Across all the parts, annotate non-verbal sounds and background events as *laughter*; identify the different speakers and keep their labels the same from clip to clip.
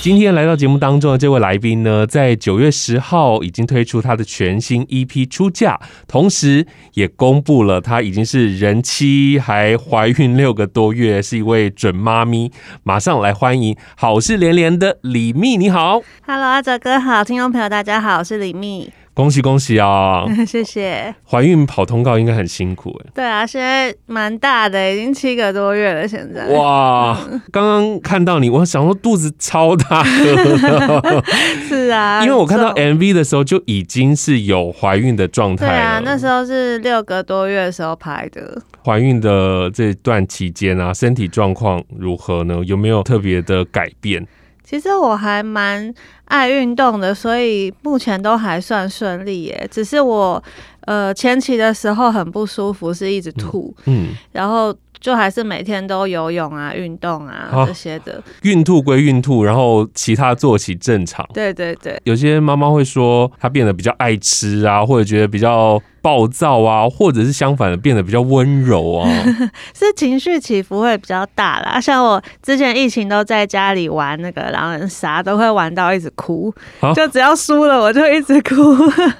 Speaker 1: 今天来到节目当中的这位来宾呢，在九月十号已经推出他的全新 EP 出架，同时也公布了她已经是人妻，还怀孕六个多月，是一位准妈咪。马上来欢迎好事连连的李密，你好，
Speaker 2: Hello，阿哲哥好，听众朋友大家好，我是李
Speaker 1: *laughs*
Speaker 2: 密，
Speaker 1: 恭喜恭喜
Speaker 2: *laughs*
Speaker 1: 啊！
Speaker 2: 谢谢。
Speaker 1: 怀孕跑通告应该很辛苦哎、
Speaker 2: 对啊，现在蛮大的，已经七个多月了，现在
Speaker 1: 欸哇，刚刚看到你，我想说肚子超大
Speaker 2: *laughs*
Speaker 1: 的，
Speaker 2: *laughs* 是啊，
Speaker 1: 因为我看到哎
Speaker 2: 很重
Speaker 1: MV 的时候就已经是有怀孕的状态
Speaker 2: 对
Speaker 1: 了。
Speaker 2: 啊，那时候是六个多月的时候拍的。
Speaker 1: 怀孕的这段期间啊，身体状况如何呢？有没有特别的改变？
Speaker 2: 其实我还蛮爱运动的，所以目前都还算顺利耶。只是我呃前期的时候很不舒服，是一直吐，
Speaker 1: 嗯，
Speaker 2: 然后就还是每天都游泳啊、运动啊、
Speaker 1: 啊
Speaker 2: 这些的。
Speaker 1: 孕吐归孕吐，然后其他作息正常。
Speaker 2: 对对对，
Speaker 1: 有些妈妈会说她变得比较爱吃啊，或者觉得比较暴躁啊，或者是相反的变得比较温柔
Speaker 2: *laughs*
Speaker 1: 啊。
Speaker 2: 是情绪起伏会比较大啦。像我之前疫情都在家里玩那个狼人杀，都会玩到一直哭，
Speaker 1: 啊
Speaker 2: 就只要输了我就一直哭。 *laughs*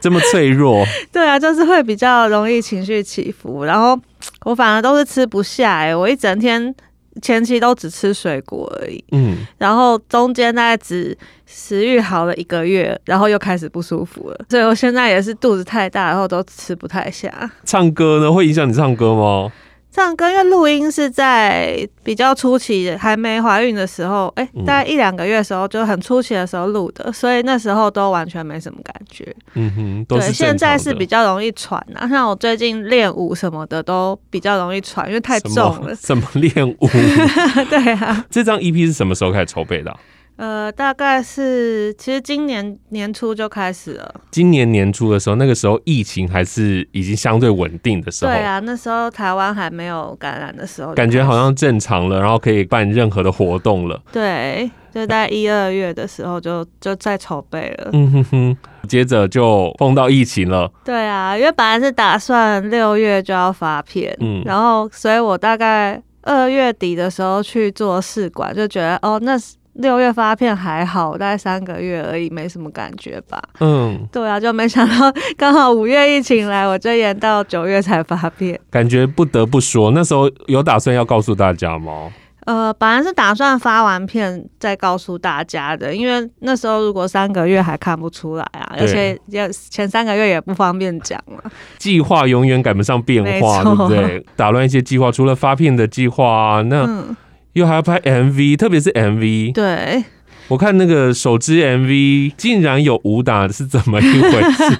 Speaker 1: 这么脆弱，
Speaker 2: 对啊，就是会比较容易情绪起伏，然后我反而都是吃不下哎、我一整天前期都只吃水果而已，
Speaker 1: 嗯，
Speaker 2: 然后中间大概只食欲好了一个月，然后又开始不舒服了，所以我现在也是肚子太大，然后都吃不太下。
Speaker 1: 唱歌呢会影响你唱歌吗？
Speaker 2: 唱歌，因为录音是在比较初期，还没怀孕的时候，哎、
Speaker 1: 嗯
Speaker 2: 大概一两个月的时候，就很初期的时候录的，所以那时候都完全没什么感觉。
Speaker 1: 嗯哼，都
Speaker 2: 对，
Speaker 1: 是
Speaker 2: 现
Speaker 1: 正常的。
Speaker 2: 在是比较容易喘啊，像我最近练舞什么的都比较容易喘，因为太重了
Speaker 1: 什么什么练舞？ *laughs*
Speaker 2: *laughs* 对啊，
Speaker 1: 这张 EP 是什么时候开始筹备的啊、
Speaker 2: 呃，大概是其实今年年初就开始了。
Speaker 1: 今年年初的时候，那个时候疫情还是已经相对稳定的时候，
Speaker 2: 对啊，那时候台湾还没有感染的时候就开始，
Speaker 1: 感觉好像正常了，然后可以办任何的活
Speaker 2: *laughs*
Speaker 1: 动了。
Speaker 2: 对，就在一二月的时候就就在筹备了。
Speaker 1: 嗯哼哼，接着就碰到疫情了。
Speaker 2: 对啊，因为本来是打算六月就要发片，
Speaker 1: 嗯
Speaker 2: 然后所以我大概二月底的时候去做试管，就觉得哦，那六月发片还好，大概三个月而已，没什么感觉吧。
Speaker 1: 嗯，
Speaker 2: 对啊，就没想到刚好五月疫情来，我就延到九月才发
Speaker 1: *laughs*
Speaker 2: 片。
Speaker 1: 感觉不得不说，那时候有打算要告诉大家吗？
Speaker 2: 呃，本来是打算发完片再告诉大家的，因为那时候如果三个月还看不出来啊，
Speaker 1: 对
Speaker 2: 而且要前三个月也不方便讲嘛。
Speaker 1: 计划永远赶不上变化，
Speaker 2: 没
Speaker 1: 对
Speaker 2: 错
Speaker 1: 不对？打乱一些计划，除了发片的计划啊，那
Speaker 2: 嗯，
Speaker 1: 又还要拍 MV，特别是 MV，
Speaker 2: 对。
Speaker 1: 我看那个首支 MV 竟然有武打，是怎么一回
Speaker 2: *laughs*
Speaker 1: 事？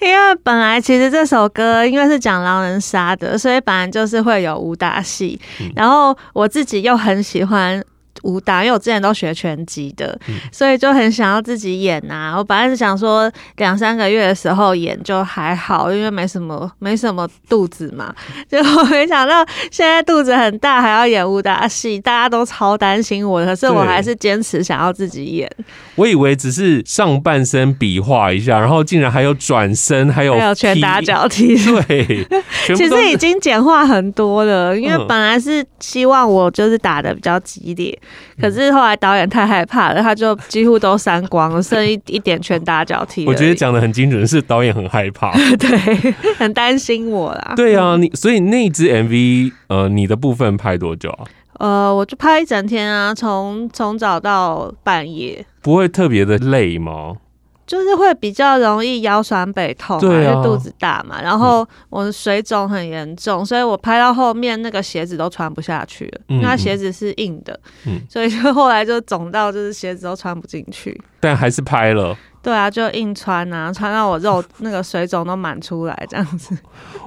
Speaker 2: 因为本来其实这首歌因为是讲狼人杀的，所以本来就是会有武打戏。
Speaker 1: 嗯
Speaker 2: 然后我自己又很喜欢武打，因为我之前都学拳击的，
Speaker 1: 嗯
Speaker 2: 所以就很想要自己演啊。我本来是想说两三个月的时候演就还好，因为没什么没什么肚子嘛。 *laughs* 结果没想到现在肚子很大，还要演武打戏，大家都超担心我的。可是我
Speaker 1: 对
Speaker 2: 还是坚持想要自己演。
Speaker 1: 我以为只是上半身比划一下，然后竟然还有转身，还有
Speaker 2: 还有拳
Speaker 1: 踢
Speaker 2: 打，脚踢，
Speaker 1: *laughs* 对，全
Speaker 2: 其
Speaker 1: 部都
Speaker 2: 实已
Speaker 1: 是
Speaker 2: 经简化很多
Speaker 1: *laughs*
Speaker 2: 了，因为
Speaker 1: 嗯
Speaker 2: 本来是希望我就是打的比较激烈，
Speaker 1: 嗯
Speaker 2: 可是后来导演太害怕了，他就几乎都删光了，剩一一点拳打脚踢而已。
Speaker 1: 我觉得讲的很精准，是导演很害怕。
Speaker 2: *laughs* 对，很担心我啦。
Speaker 1: 对啊，你所以那支 MV，呃，你的部分拍多久啊？
Speaker 2: 呃，我就拍一整天啊，从从早到半夜。
Speaker 1: 不会特别的累吗？
Speaker 2: 就是会比较容易腰酸背痛、啊，
Speaker 1: 对啊
Speaker 2: 就
Speaker 1: 嗯
Speaker 2: 肚子大嘛，然后我水肿很严重，所以我拍到后面那个鞋子都穿不下去了，
Speaker 1: 嗯
Speaker 2: 因为它鞋子是硬的，
Speaker 1: 嗯
Speaker 2: 所以就后来就肿到就是鞋子都穿不进去。
Speaker 1: 但还是拍了。
Speaker 2: 对啊，就硬穿啊，穿到我肉那个水肿都满出来这样子。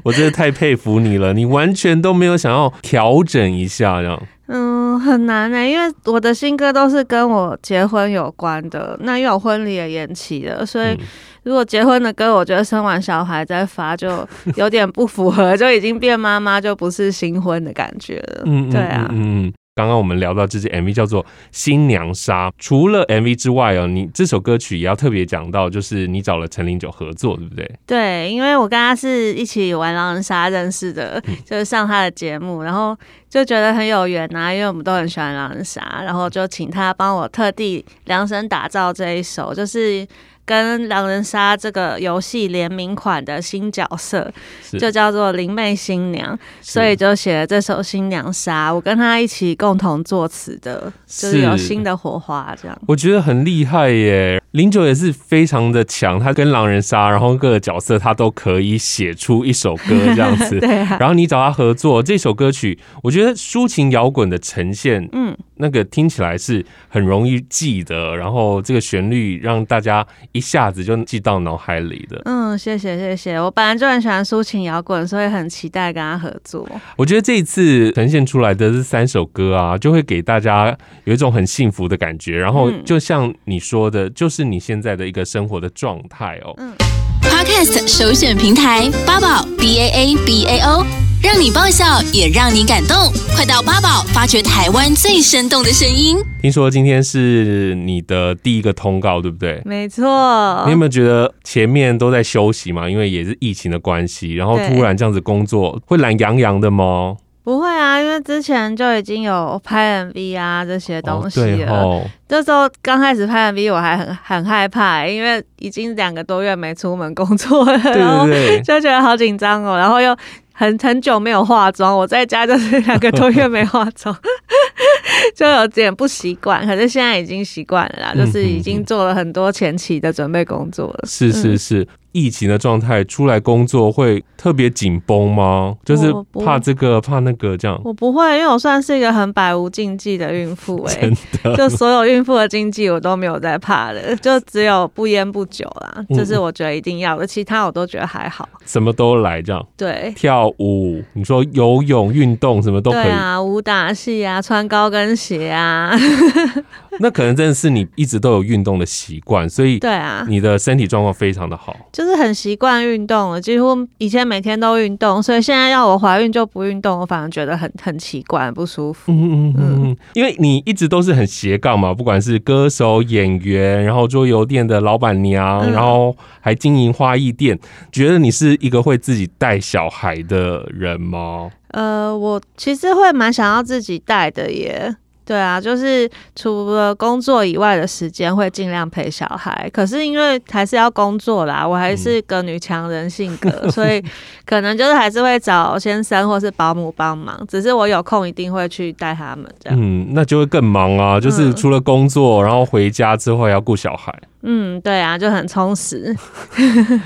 Speaker 1: 我真的太佩服你了，你完全都没有想要调整一下这样。
Speaker 2: 嗯，很难呢、因为我的新歌都是跟我结婚有关的，那因为我婚礼也延期了，所以
Speaker 1: 嗯
Speaker 2: 如果结婚的歌，我觉得生完小孩再发就有点不符合，就已经变妈妈，就不是新婚的感觉了。
Speaker 1: 嗯
Speaker 2: 对啊，
Speaker 1: 嗯嗯。嗯刚刚我们聊到这支 MV 叫做《新娘纱》，除了 MV 之外哦，你这首歌曲也要特别讲到，就是你找了陈零九合作，对不对？
Speaker 2: 对，因为我跟他是一起玩狼人杀认识的，就是上他的节目，然后就觉得很有缘啊，因为我们都很喜欢狼人杀，然后就请他帮我特地量身打造这一首，就是跟狼人杀这个游戏联名款的新角色，
Speaker 1: 是
Speaker 2: 就叫做灵妹新娘，所以就写了这首《新娘杀》，我跟他一起共同作词的，就是有
Speaker 1: 是
Speaker 2: 新的火花这样。
Speaker 1: 我觉得很厉害耶，零九也是非常的强，他跟狼人杀，然后各个角色他都可以写出一首歌这样子。
Speaker 2: *laughs* 对啊，
Speaker 1: 然后你找他合作这首歌曲，我觉得抒情摇滚的呈现，
Speaker 2: 嗯，
Speaker 1: 那个听起来是很容易记得，然后这个旋律让大家一下子就记到脑海里的。
Speaker 2: 嗯，谢谢谢谢，我本来就很喜欢抒情摇滚，所以很期待跟他合作。
Speaker 1: 我觉得这一次呈现出来的这三首歌啊，就会给大家有一种很幸福的感觉。然后
Speaker 2: 嗯
Speaker 1: 就像你说的，就是你现在的一个生活的状态
Speaker 2: 嗯
Speaker 1: 哦。
Speaker 3: Podcast 首选平台八宝 B A A B A O，让你爆笑也让你感动，快到八宝发掘台湾最生动的声音。
Speaker 1: 听说今天是你的第一个通告，对不对？
Speaker 2: 没错
Speaker 1: 你有，没有觉得前面都在休息嘛？因为也是疫情的关系，然后
Speaker 2: 对
Speaker 1: 突然这样子工作，会懒洋洋的吗？
Speaker 2: 不会啊，因为之前就已经有拍 MV 啊这些东西
Speaker 1: 哦对
Speaker 2: 了。 *laughs*
Speaker 1: 哦，
Speaker 2: 那时候刚开始拍 MV，我还很很害怕、欸因为已经两个多月没出门工作了，
Speaker 1: 对
Speaker 2: 然后
Speaker 1: 对对。
Speaker 2: 就觉得好紧张哦，然后又。很很久没有化妆，我在家就是 *laughs* 两个多月没化妆， *laughs* 就有点不习惯。可是现在已经习惯了啦，
Speaker 1: 嗯
Speaker 2: 就是已经做了很多前期的准备工作了。
Speaker 1: *laughs* 是是是，疫情的状态出来工作会特别紧绷吗？就是
Speaker 2: 我不
Speaker 1: 怕这个怕那个这样，
Speaker 2: 我不会，因为我算是一个很百无禁忌的孕
Speaker 1: *laughs*
Speaker 2: 妇、
Speaker 1: 真
Speaker 2: 哎， *laughs* 就所有孕妇的禁忌我都没有在怕的，就只有不烟不酒啦，
Speaker 1: 嗯
Speaker 2: 这是我觉得一定要的，其他我都觉得还好。
Speaker 1: 什么都来这样，
Speaker 2: 对，
Speaker 1: 跳舞，你说游泳、运动什么都可
Speaker 2: 对
Speaker 1: 以。
Speaker 2: 啊，武打戏啊，穿高跟鞋
Speaker 1: *laughs*
Speaker 2: 啊，
Speaker 1: 那可能真的是你一直都有运动的习惯，所以
Speaker 2: 对啊，
Speaker 1: 你的身体状况非常的好。
Speaker 2: 就是很习惯运动了，几乎以前每天都运动，所以现在要我怀孕就不运动，我反而觉得很很奇怪，很不舒服。
Speaker 1: 嗯嗯嗯嗯，因为你一直都是很斜杠嘛，不管是歌手、演员，然后桌游店的老板娘，
Speaker 2: 嗯
Speaker 1: 然后还经营花艺店，觉得你是一个会自己带小孩的人吗？
Speaker 2: 呃，我其实会蛮想要自己带的耶。对啊，就是除了工作以外的时间会尽量陪小孩，可是因为还是要工作啦，我还是个女强人性格，所以可能就是还是会找先生或是保姆帮忙，只是我有空一定会去带他们这样。
Speaker 1: 嗯，那就会更忙啊，就是
Speaker 2: 啊嗯
Speaker 1: 除了工作，然后回家之后还要顾小孩，
Speaker 2: 嗯，对啊，就很充实。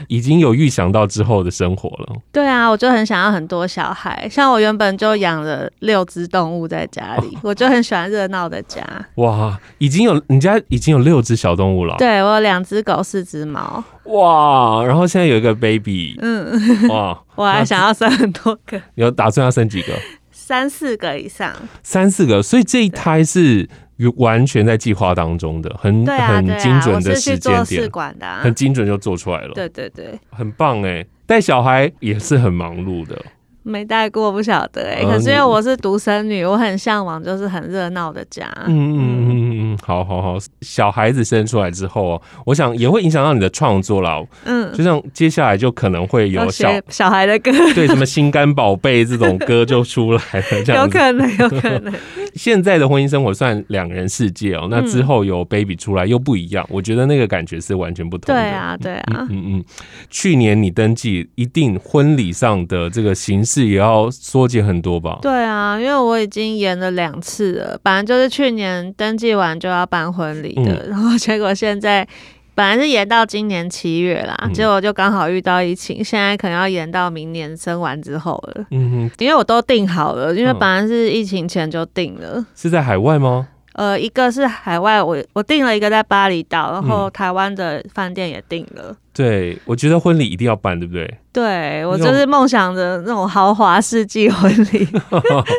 Speaker 1: 已经有预想到之后的生活了。
Speaker 2: 对啊，我就很想要很多小孩，像我原本就养了六只动物在家里，我就很喜欢热闹的家。
Speaker 1: 哇，已经有你家已经有六只小动物了，
Speaker 2: 对我有两只狗，四只猫，
Speaker 1: 哇，然后现在有一个 baby，
Speaker 2: 嗯，
Speaker 1: 哇，
Speaker 2: 我还想要生很多个，
Speaker 1: 有打算要生几个？
Speaker 2: *laughs* 三四个以上。
Speaker 1: 三四个，所以这一胎是完全在计划当中的，很、
Speaker 2: 对啊，
Speaker 1: 嗯很
Speaker 2: 对
Speaker 1: 精
Speaker 2: 啊，
Speaker 1: 准
Speaker 2: 我
Speaker 1: 的
Speaker 2: 是
Speaker 1: 时
Speaker 2: 去
Speaker 1: 间
Speaker 2: 做试
Speaker 1: 点，
Speaker 2: 管的、啊。
Speaker 1: 很精准就做出来了，
Speaker 2: 对对对，
Speaker 1: 很棒哎。带小孩也是很忙碌的，
Speaker 2: 没带过不晓得哎、
Speaker 1: 嗯
Speaker 2: 可是因为我是独生女，我很向往就是很热闹的家。
Speaker 1: 嗯嗯嗯嗯嗯，好好好，小孩子生出来之后哦，我想也会影响到你的创作啦，
Speaker 2: 嗯，
Speaker 1: 就像接下来就可能会
Speaker 2: 要
Speaker 1: 有小
Speaker 2: 学小孩的歌，
Speaker 1: *laughs* 对什么心肝宝贝这种歌就出来了，这
Speaker 2: 有
Speaker 1: 样子。
Speaker 2: 可能，有可能。
Speaker 1: *laughs* 现在的婚姻生活算两人世界哦，那
Speaker 2: 嗯
Speaker 1: 之后有 baby 出来又不一样，我觉得那个感觉是完全不同
Speaker 2: 对
Speaker 1: 的。
Speaker 2: 啊，对啊。
Speaker 1: 嗯嗯嗯，去年你登记，一定婚礼上的这个形式也要缩减很多吧？
Speaker 2: 对啊，因为我已经延了两次了，本来就是去年登记完就要办婚礼的，
Speaker 1: 嗯
Speaker 2: 然后结果现在本来是延到今年七月啦，
Speaker 1: 嗯
Speaker 2: 结果就刚好遇到疫情，现在可能要延到明年生完之后了。
Speaker 1: 嗯哼，
Speaker 2: 因为我都定好了，因为
Speaker 1: 嗯
Speaker 2: 本来是疫情前就定了。
Speaker 1: 是在海外吗？
Speaker 2: 呃，一个是海外，我我订了一个在巴厘岛，然
Speaker 1: 嗯
Speaker 2: 后台湾的饭店也订了。
Speaker 1: 对，我觉得婚礼一定要办，对不对？ *laughs*
Speaker 2: 对我
Speaker 1: 那
Speaker 2: 就
Speaker 1: 种
Speaker 2: 是梦想着那种豪华世纪婚礼， *laughs*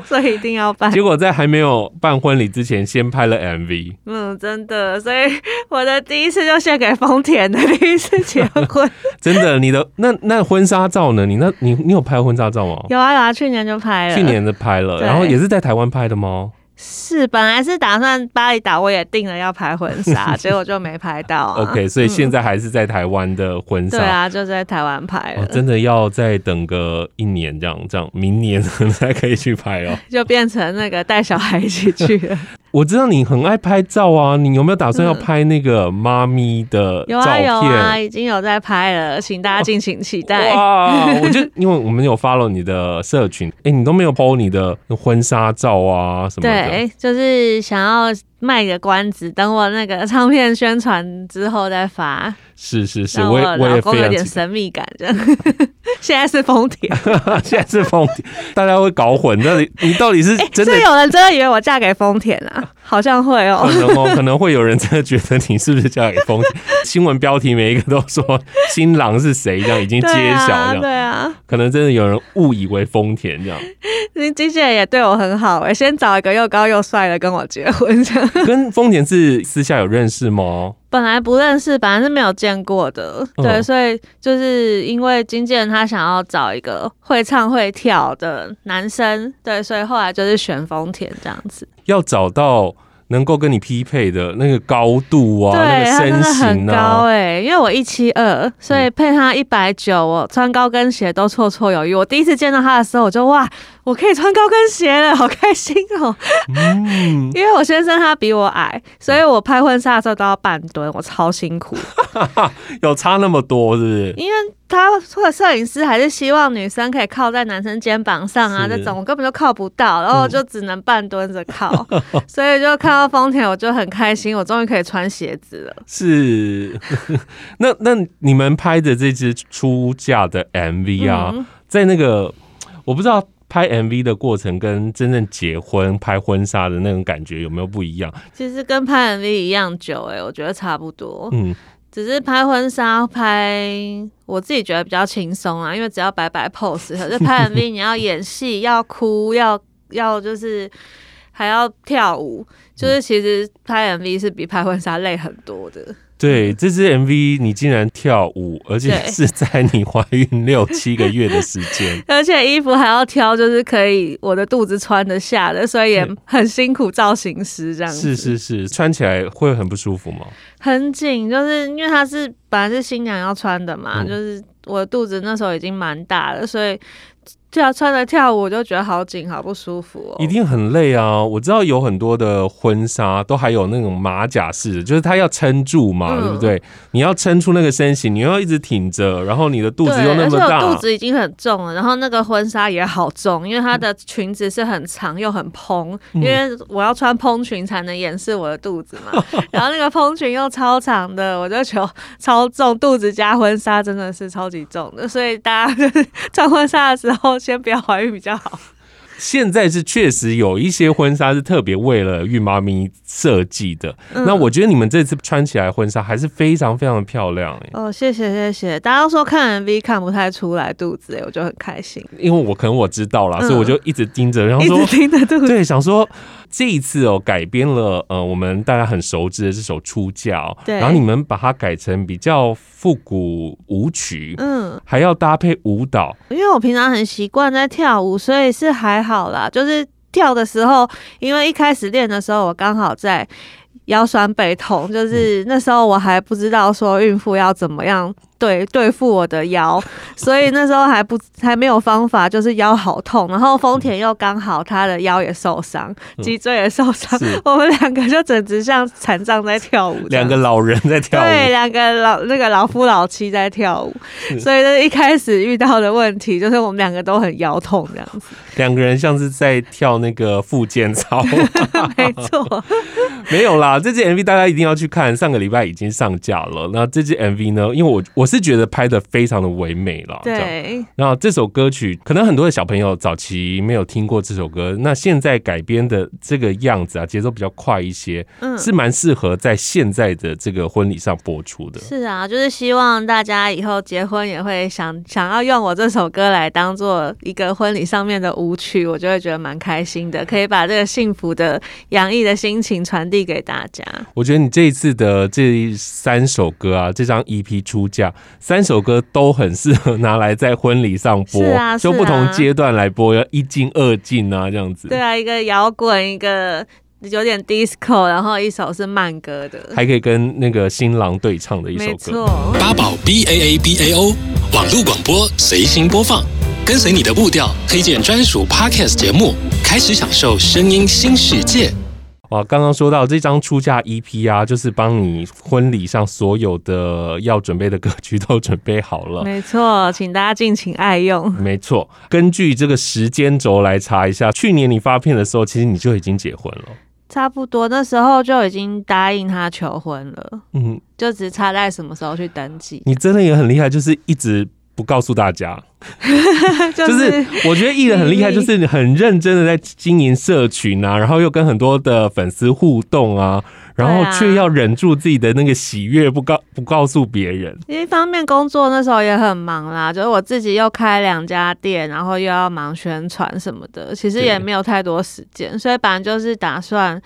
Speaker 2: 所以一定要办。
Speaker 1: 结果在还没有办婚礼之前，先拍了 MV。
Speaker 2: 嗯，真的，所以我的第一次就献给丰田的第一次结
Speaker 1: *laughs*
Speaker 2: 婚，
Speaker 1: 真的，你的那那婚纱照呢？你那你你有拍婚纱照吗？
Speaker 2: 有啊有啊，去年就拍了，
Speaker 1: 去年的拍了，
Speaker 2: 对
Speaker 1: 然后也是在台湾拍的吗？
Speaker 2: 是，本来是打算巴厘岛，我也定了要拍婚
Speaker 1: *laughs*
Speaker 2: 纱，结果就没拍到啊。
Speaker 1: OK，所以现在还是在台湾的婚纱。
Speaker 2: 对啊，就在台湾拍了，
Speaker 1: 哦，真的要再等个一年，这样这样，明年 *laughs* 才可以去拍
Speaker 2: *laughs*
Speaker 1: 哦。
Speaker 2: 就变成那个带小孩一起去
Speaker 1: *laughs*
Speaker 2: 了。
Speaker 1: 我知道你很爱拍照啊，你有没有打算要拍那个妈咪的
Speaker 2: 有
Speaker 1: 照
Speaker 2: 啊
Speaker 1: 片？
Speaker 2: 有啊，已经有在拍了，请大家敬请期待。
Speaker 1: 哇！我就
Speaker 2: *laughs*
Speaker 1: 因为我们有 follow 你的社群，哎、你都没有 PO 你的婚纱照啊什么的。
Speaker 2: 对，就是想要卖个关子，等我那个唱片宣传之后再发，
Speaker 1: 是是是，
Speaker 2: 让
Speaker 1: 我
Speaker 2: 我
Speaker 1: 也我
Speaker 2: 老
Speaker 1: 也
Speaker 2: 公
Speaker 1: 非
Speaker 2: 有
Speaker 1: 常
Speaker 2: 点
Speaker 1: 期
Speaker 2: 神秘感。这样， *laughs* 现在是丰田，
Speaker 1: 待。 *laughs* 现在是疯，大家会搞混，到底你到
Speaker 2: *laughs*
Speaker 1: 底是 *laughs* 真的
Speaker 2: 是有人真的以为我嫁给丰田
Speaker 1: *laughs*
Speaker 2: 啊？好像会哦、
Speaker 1: 可能哦，可能会有人真的觉得你是不是嫁给风
Speaker 2: *laughs*
Speaker 1: 姐？新闻标题每一个都说新郎是谁，这样已经揭
Speaker 2: 对
Speaker 1: 晓，
Speaker 2: 啊，
Speaker 1: 这样、
Speaker 2: 对啊，
Speaker 1: 可能真的有人误以为丰田
Speaker 2: *laughs*
Speaker 1: 这样，
Speaker 2: 那经纪人也对我很好、欸，先找一个又高又帅的跟我结婚这样。 *laughs*
Speaker 1: 跟丰田是私下有认识吗？
Speaker 2: 本来不认识，本来是没有见过的，
Speaker 1: 嗯
Speaker 2: 对，所以就是因为经纪人他想要找一个会唱会跳的男生，对，所以后来就是选丰田这样子。
Speaker 1: 要找到能够跟你匹配的那个高度啊，那
Speaker 2: 对
Speaker 1: 个
Speaker 2: 他真
Speaker 1: 身
Speaker 2: 的很
Speaker 1: 形
Speaker 2: 高
Speaker 1: 啊，
Speaker 2: 哎、因为我一七二，所以配他一百九，我穿高跟鞋都绰绰有余。我第一次见到他的时候，我就哇，我可以穿高跟鞋了，好开心哦、
Speaker 1: 嗯，
Speaker 2: *laughs* 因为我先生他比我矮，所以我拍婚纱的时候都要半蹲，我超辛苦。
Speaker 1: 有差那么多是不是？
Speaker 2: 因为他或者摄影师还是希望女生可以靠在男生肩膀上啊，
Speaker 1: 是
Speaker 2: 这种我根本就靠不到，然后我就只能半蹲着
Speaker 1: *laughs*
Speaker 2: 靠，所以就看到丰田我就很开心，我终于可以穿鞋子了。
Speaker 1: 是， *laughs* 那那你们拍的这支出嫁的 MV 啊，
Speaker 2: 嗯
Speaker 1: 在那个我不知道拍 MV 的过程跟真正结婚拍婚纱的那种感觉有没有不一样？
Speaker 2: 其实跟拍 MV 一样久哎、我觉得差不多，
Speaker 1: 嗯，
Speaker 2: 只是拍婚纱拍我自己觉得比较轻松啊，因为只要摆摆 pose，可是拍 MV 你要演戏，要哭，要要就是还要跳舞，就是其实拍 MV 是比拍婚纱累很多的。
Speaker 1: 对，这支 MV 你竟然跳舞，而且
Speaker 2: 嗯对，
Speaker 1: 是在你怀孕六七个月的时间
Speaker 2: 而且衣服还要挑，就是可以我的肚子穿得下的，所以也
Speaker 1: 对
Speaker 2: 很辛苦造型师 *laughs* 这样子。
Speaker 1: 是是是，穿起来会很不舒服吗？
Speaker 2: 很紧，就是因为它是本来是新娘要穿的嘛，
Speaker 1: 嗯
Speaker 2: 就是我的肚子那时候已经蛮大了，所以跳穿着跳舞我就觉得好紧，好不舒服哦。
Speaker 1: 一定很累啊！我知道有很多的婚纱都还有那种马甲式的，就是它要撑住嘛，
Speaker 2: 嗯
Speaker 1: 对不对？你要撑出那个身形，你又要一直挺着，然后你的肚
Speaker 2: 对，
Speaker 1: 子又那么
Speaker 2: 而且我
Speaker 1: 大
Speaker 2: 肚，子已经很重了，然后那个婚纱也好重，因为它的裙子是很长又很蓬，因
Speaker 1: 嗯
Speaker 2: 为我要穿蓬裙才能掩饰我的肚子
Speaker 1: *laughs*
Speaker 2: 嘛。然后那个蓬裙又超长的，我就觉得超重，肚子加婚纱真的是超级重的，所以大家就是穿婚纱的时候先不要怀孕比较好。
Speaker 1: 现在是确实有一些婚纱是特别为了孕妈咪设计的。
Speaker 2: 嗯
Speaker 1: 那我觉得你们这次穿起来婚纱还是非常非常的漂亮、欸，
Speaker 2: 哦，谢谢谢谢，大家都说看 MV 看不太出来肚子，欸我就很开心，
Speaker 1: 因为我可能我知道啦，
Speaker 2: 嗯
Speaker 1: 所以我就一直盯着，然后
Speaker 2: 一
Speaker 1: 哦说
Speaker 2: 直盯着肚子。
Speaker 1: *laughs* 对，想说这一次哦，改编了呃，我们大家很熟知的这首《出嫁》哦，
Speaker 2: 对
Speaker 1: 然后你们把它改成比较复古舞曲，
Speaker 2: 嗯，
Speaker 1: 还要搭配舞蹈，
Speaker 2: 因为我平常很习惯在跳舞，所以是还好啦。就是跳的时候，因为一开始练的时候，我刚好在腰酸背痛，
Speaker 1: 嗯
Speaker 2: 就是那时候我还不知道说孕妇要怎么样对对付我的腰，所以那时候还不还没有方法，就是腰好痛。然后丰田又刚好他的腰也受伤，脊椎也受伤
Speaker 1: 嗯是，
Speaker 2: 我们两个就简直像残障在跳舞这样，
Speaker 1: 两个老人在跳
Speaker 2: 对，
Speaker 1: 舞，
Speaker 2: 两个老那个老夫老妻在跳舞，所以呢，一开始遇到的问题就是我们两个都很腰痛这样
Speaker 1: *laughs*
Speaker 2: 子，
Speaker 1: 两个人像是在跳那个复
Speaker 2: *laughs*
Speaker 1: 健操，
Speaker 2: 没错，
Speaker 1: 没有啦，这支 MV 大家一定要去看，上个礼拜已经上架了。那这支 MV 呢，因为我我是觉得拍的非常的唯美啦，这样
Speaker 2: 对，
Speaker 1: 那这首歌曲，可能很多的小朋友早期没有听过这首歌，那现在改编的这个样子啊，节奏比较快一些，
Speaker 2: 嗯
Speaker 1: 是蛮适合在现在的这个婚礼上播出的。
Speaker 2: 是啊，就是希望大家以后结婚也会想想要用我这首歌来当做一个婚礼上面的舞曲，我就会觉得蛮开心的，可以把这个幸福的洋溢的心情传递给大家。
Speaker 1: 我觉得你这一次的这三首歌啊，这张 EP 出价，三首歌都很适合拿来在婚礼上播，
Speaker 2: 是啊
Speaker 1: 就是不同
Speaker 2: 啊
Speaker 1: 阶段来播，要一进二进啊这样子。
Speaker 2: 对啊，一个摇滚，一个有点 disco，然后一首是慢歌的，
Speaker 1: 还可以跟那个新郎对唱的一首
Speaker 2: 没
Speaker 1: 歌。
Speaker 2: 错。
Speaker 4: 八宝 B A A B A O 网络广播随心播放，跟随你的步调，推荐专属 Podcast 节目，开始享受声音新世界。
Speaker 1: 哇，刚刚说到这张出嫁 EP 啊，就是帮你婚礼上所有的要准备的歌曲都准备好了。
Speaker 2: 没错，请大家敬请爱用。
Speaker 1: 没错，根据这个时间轴来查一下，去年你发片的时候，其实你就已经结婚了。
Speaker 2: 差不多那时候就已经答应他求婚了，
Speaker 1: 嗯，
Speaker 2: 就只差在什么时候去登记。 *laughs*
Speaker 1: 你真的也很厉害，就是一直不告诉大家。
Speaker 2: 就
Speaker 1: 就是我觉得艺人
Speaker 2: *laughs*
Speaker 1: 很厉害，
Speaker 2: 嗯
Speaker 1: 就是你很认真的在经营社群啊，然后又跟很多的粉丝互动啊，然
Speaker 2: 对
Speaker 1: 后
Speaker 2: 啊
Speaker 1: 却要忍住自己的那个喜悦，不告不告诉别人。
Speaker 2: 一方面工作那时候也很忙啦，就是我自己又开两家店，然后又要忙宣传什么的，其实也
Speaker 1: 对
Speaker 2: 没有太多时间，所以反正就是打算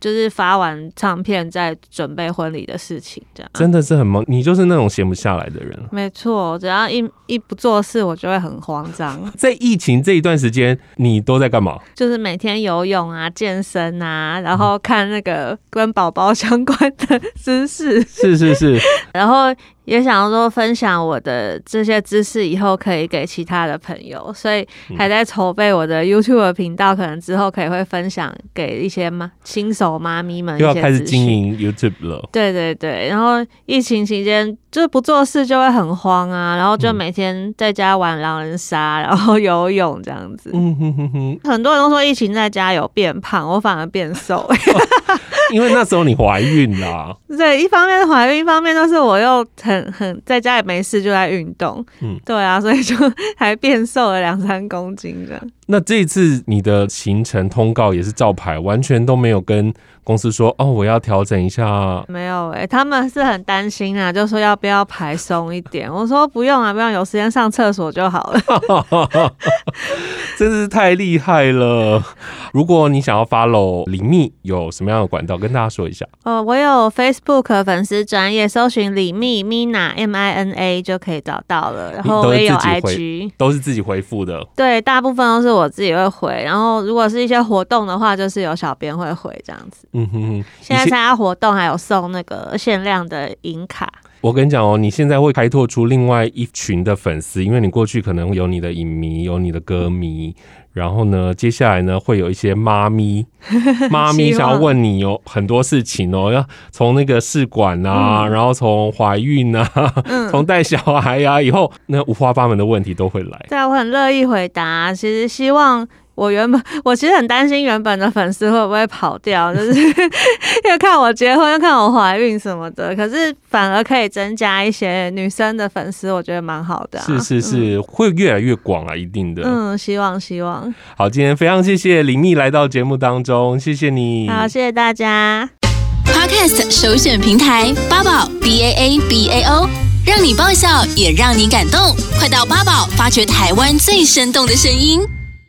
Speaker 2: 就是发完唱片再准备婚礼的事情这样。
Speaker 1: 真的是很忙，你就是那种闲不下来的人。
Speaker 2: 没错，只要一一不做事，我就会很慌张，
Speaker 1: 在疫情这一段时间，你都在干嘛？
Speaker 2: 就是每天游泳啊、健身啊，然后看那个跟宝宝相关的知识。 *laughs*
Speaker 1: 是是是，
Speaker 2: 然后也想说分享我的这些知识，以后可以给其他的朋友，所以还在筹备我的 YouTube 的频道，可能之后可以会分享给一些妈新手妈咪们一
Speaker 1: 又
Speaker 2: 些
Speaker 1: 要开始
Speaker 2: 资
Speaker 1: 经
Speaker 2: 讯。
Speaker 1: 营 YouTube 了。
Speaker 2: 对对对，然后疫情期间就是不做事就会很慌啊，然后就
Speaker 1: 嗯
Speaker 2: 每天在家玩狼人杀，然后游泳这样子。
Speaker 1: 嗯哼哼哼，
Speaker 2: 很多人都说疫情在家有变胖，我反而变瘦。 *laughs*
Speaker 1: 因为那时候你怀孕啊啦、
Speaker 2: 对，一方面是怀孕，一方面就是我又很很在家也没事就在运动，
Speaker 1: 嗯
Speaker 2: 对啊，所以就还变瘦了两三公斤的。
Speaker 1: 那这一次你的行程通告也是照牌，完全都没有跟公司说哦，我要调整
Speaker 2: *laughs*
Speaker 1: 一下。
Speaker 2: *laughs*
Speaker 1: 啊
Speaker 2: 没有诶、他们是很担心啊，就说要不要排松一点。我说不用啊，不用，有时间上厕所就好了。 *laughs*
Speaker 1: 真是太厉害了！如果你想要 follow 李密，有什么样的管道跟大家说一下？
Speaker 2: 哦，我有 Facebook 粉丝专业，搜寻李密 Mina M I N A 就可以找到了。然后
Speaker 1: 你都
Speaker 2: 我
Speaker 1: 是
Speaker 2: 也有
Speaker 1: 自己回
Speaker 2: IG。
Speaker 1: 都是自己回复的。
Speaker 2: 对，大部分都是我自己会回，然后如果是一些活动的话，就是有小编会回这样子。
Speaker 1: 嗯哼哼，
Speaker 2: 现在
Speaker 1: 你
Speaker 2: 参加活动还有送那个限量的银卡，
Speaker 1: 我跟你讲哦，你现在会开拓出另外一群的粉丝，因为你过去可能有你的影迷，有你的歌迷，然后呢，接下来呢会有一些妈
Speaker 2: *laughs*
Speaker 1: 咪，妈咪想要问你有很多事情哦，要从那个试管
Speaker 2: 嗯
Speaker 1: 啊，然后从怀孕啊，从带小孩啊，以后那五花八门的问题都会来。
Speaker 2: 对啊，我很乐意回答。啊其实希望我原本，我其实很担心原本的粉丝会不会跑掉，就是 *laughs* 又看我结婚，又看我怀孕什么的。可是反而可以增加一些女生的粉丝，我觉得蛮好的、啊。
Speaker 1: 是是是，会越来越广啊，一定的。
Speaker 2: 嗯，希望希望。
Speaker 1: 好，今天非常谢谢李密来到节目当中，谢谢你。
Speaker 2: 好，谢谢大家。
Speaker 3: Podcast 首选平台八宝 B A A B A O，让你爆笑也让你感动，快到八宝发掘台湾最生动的声音。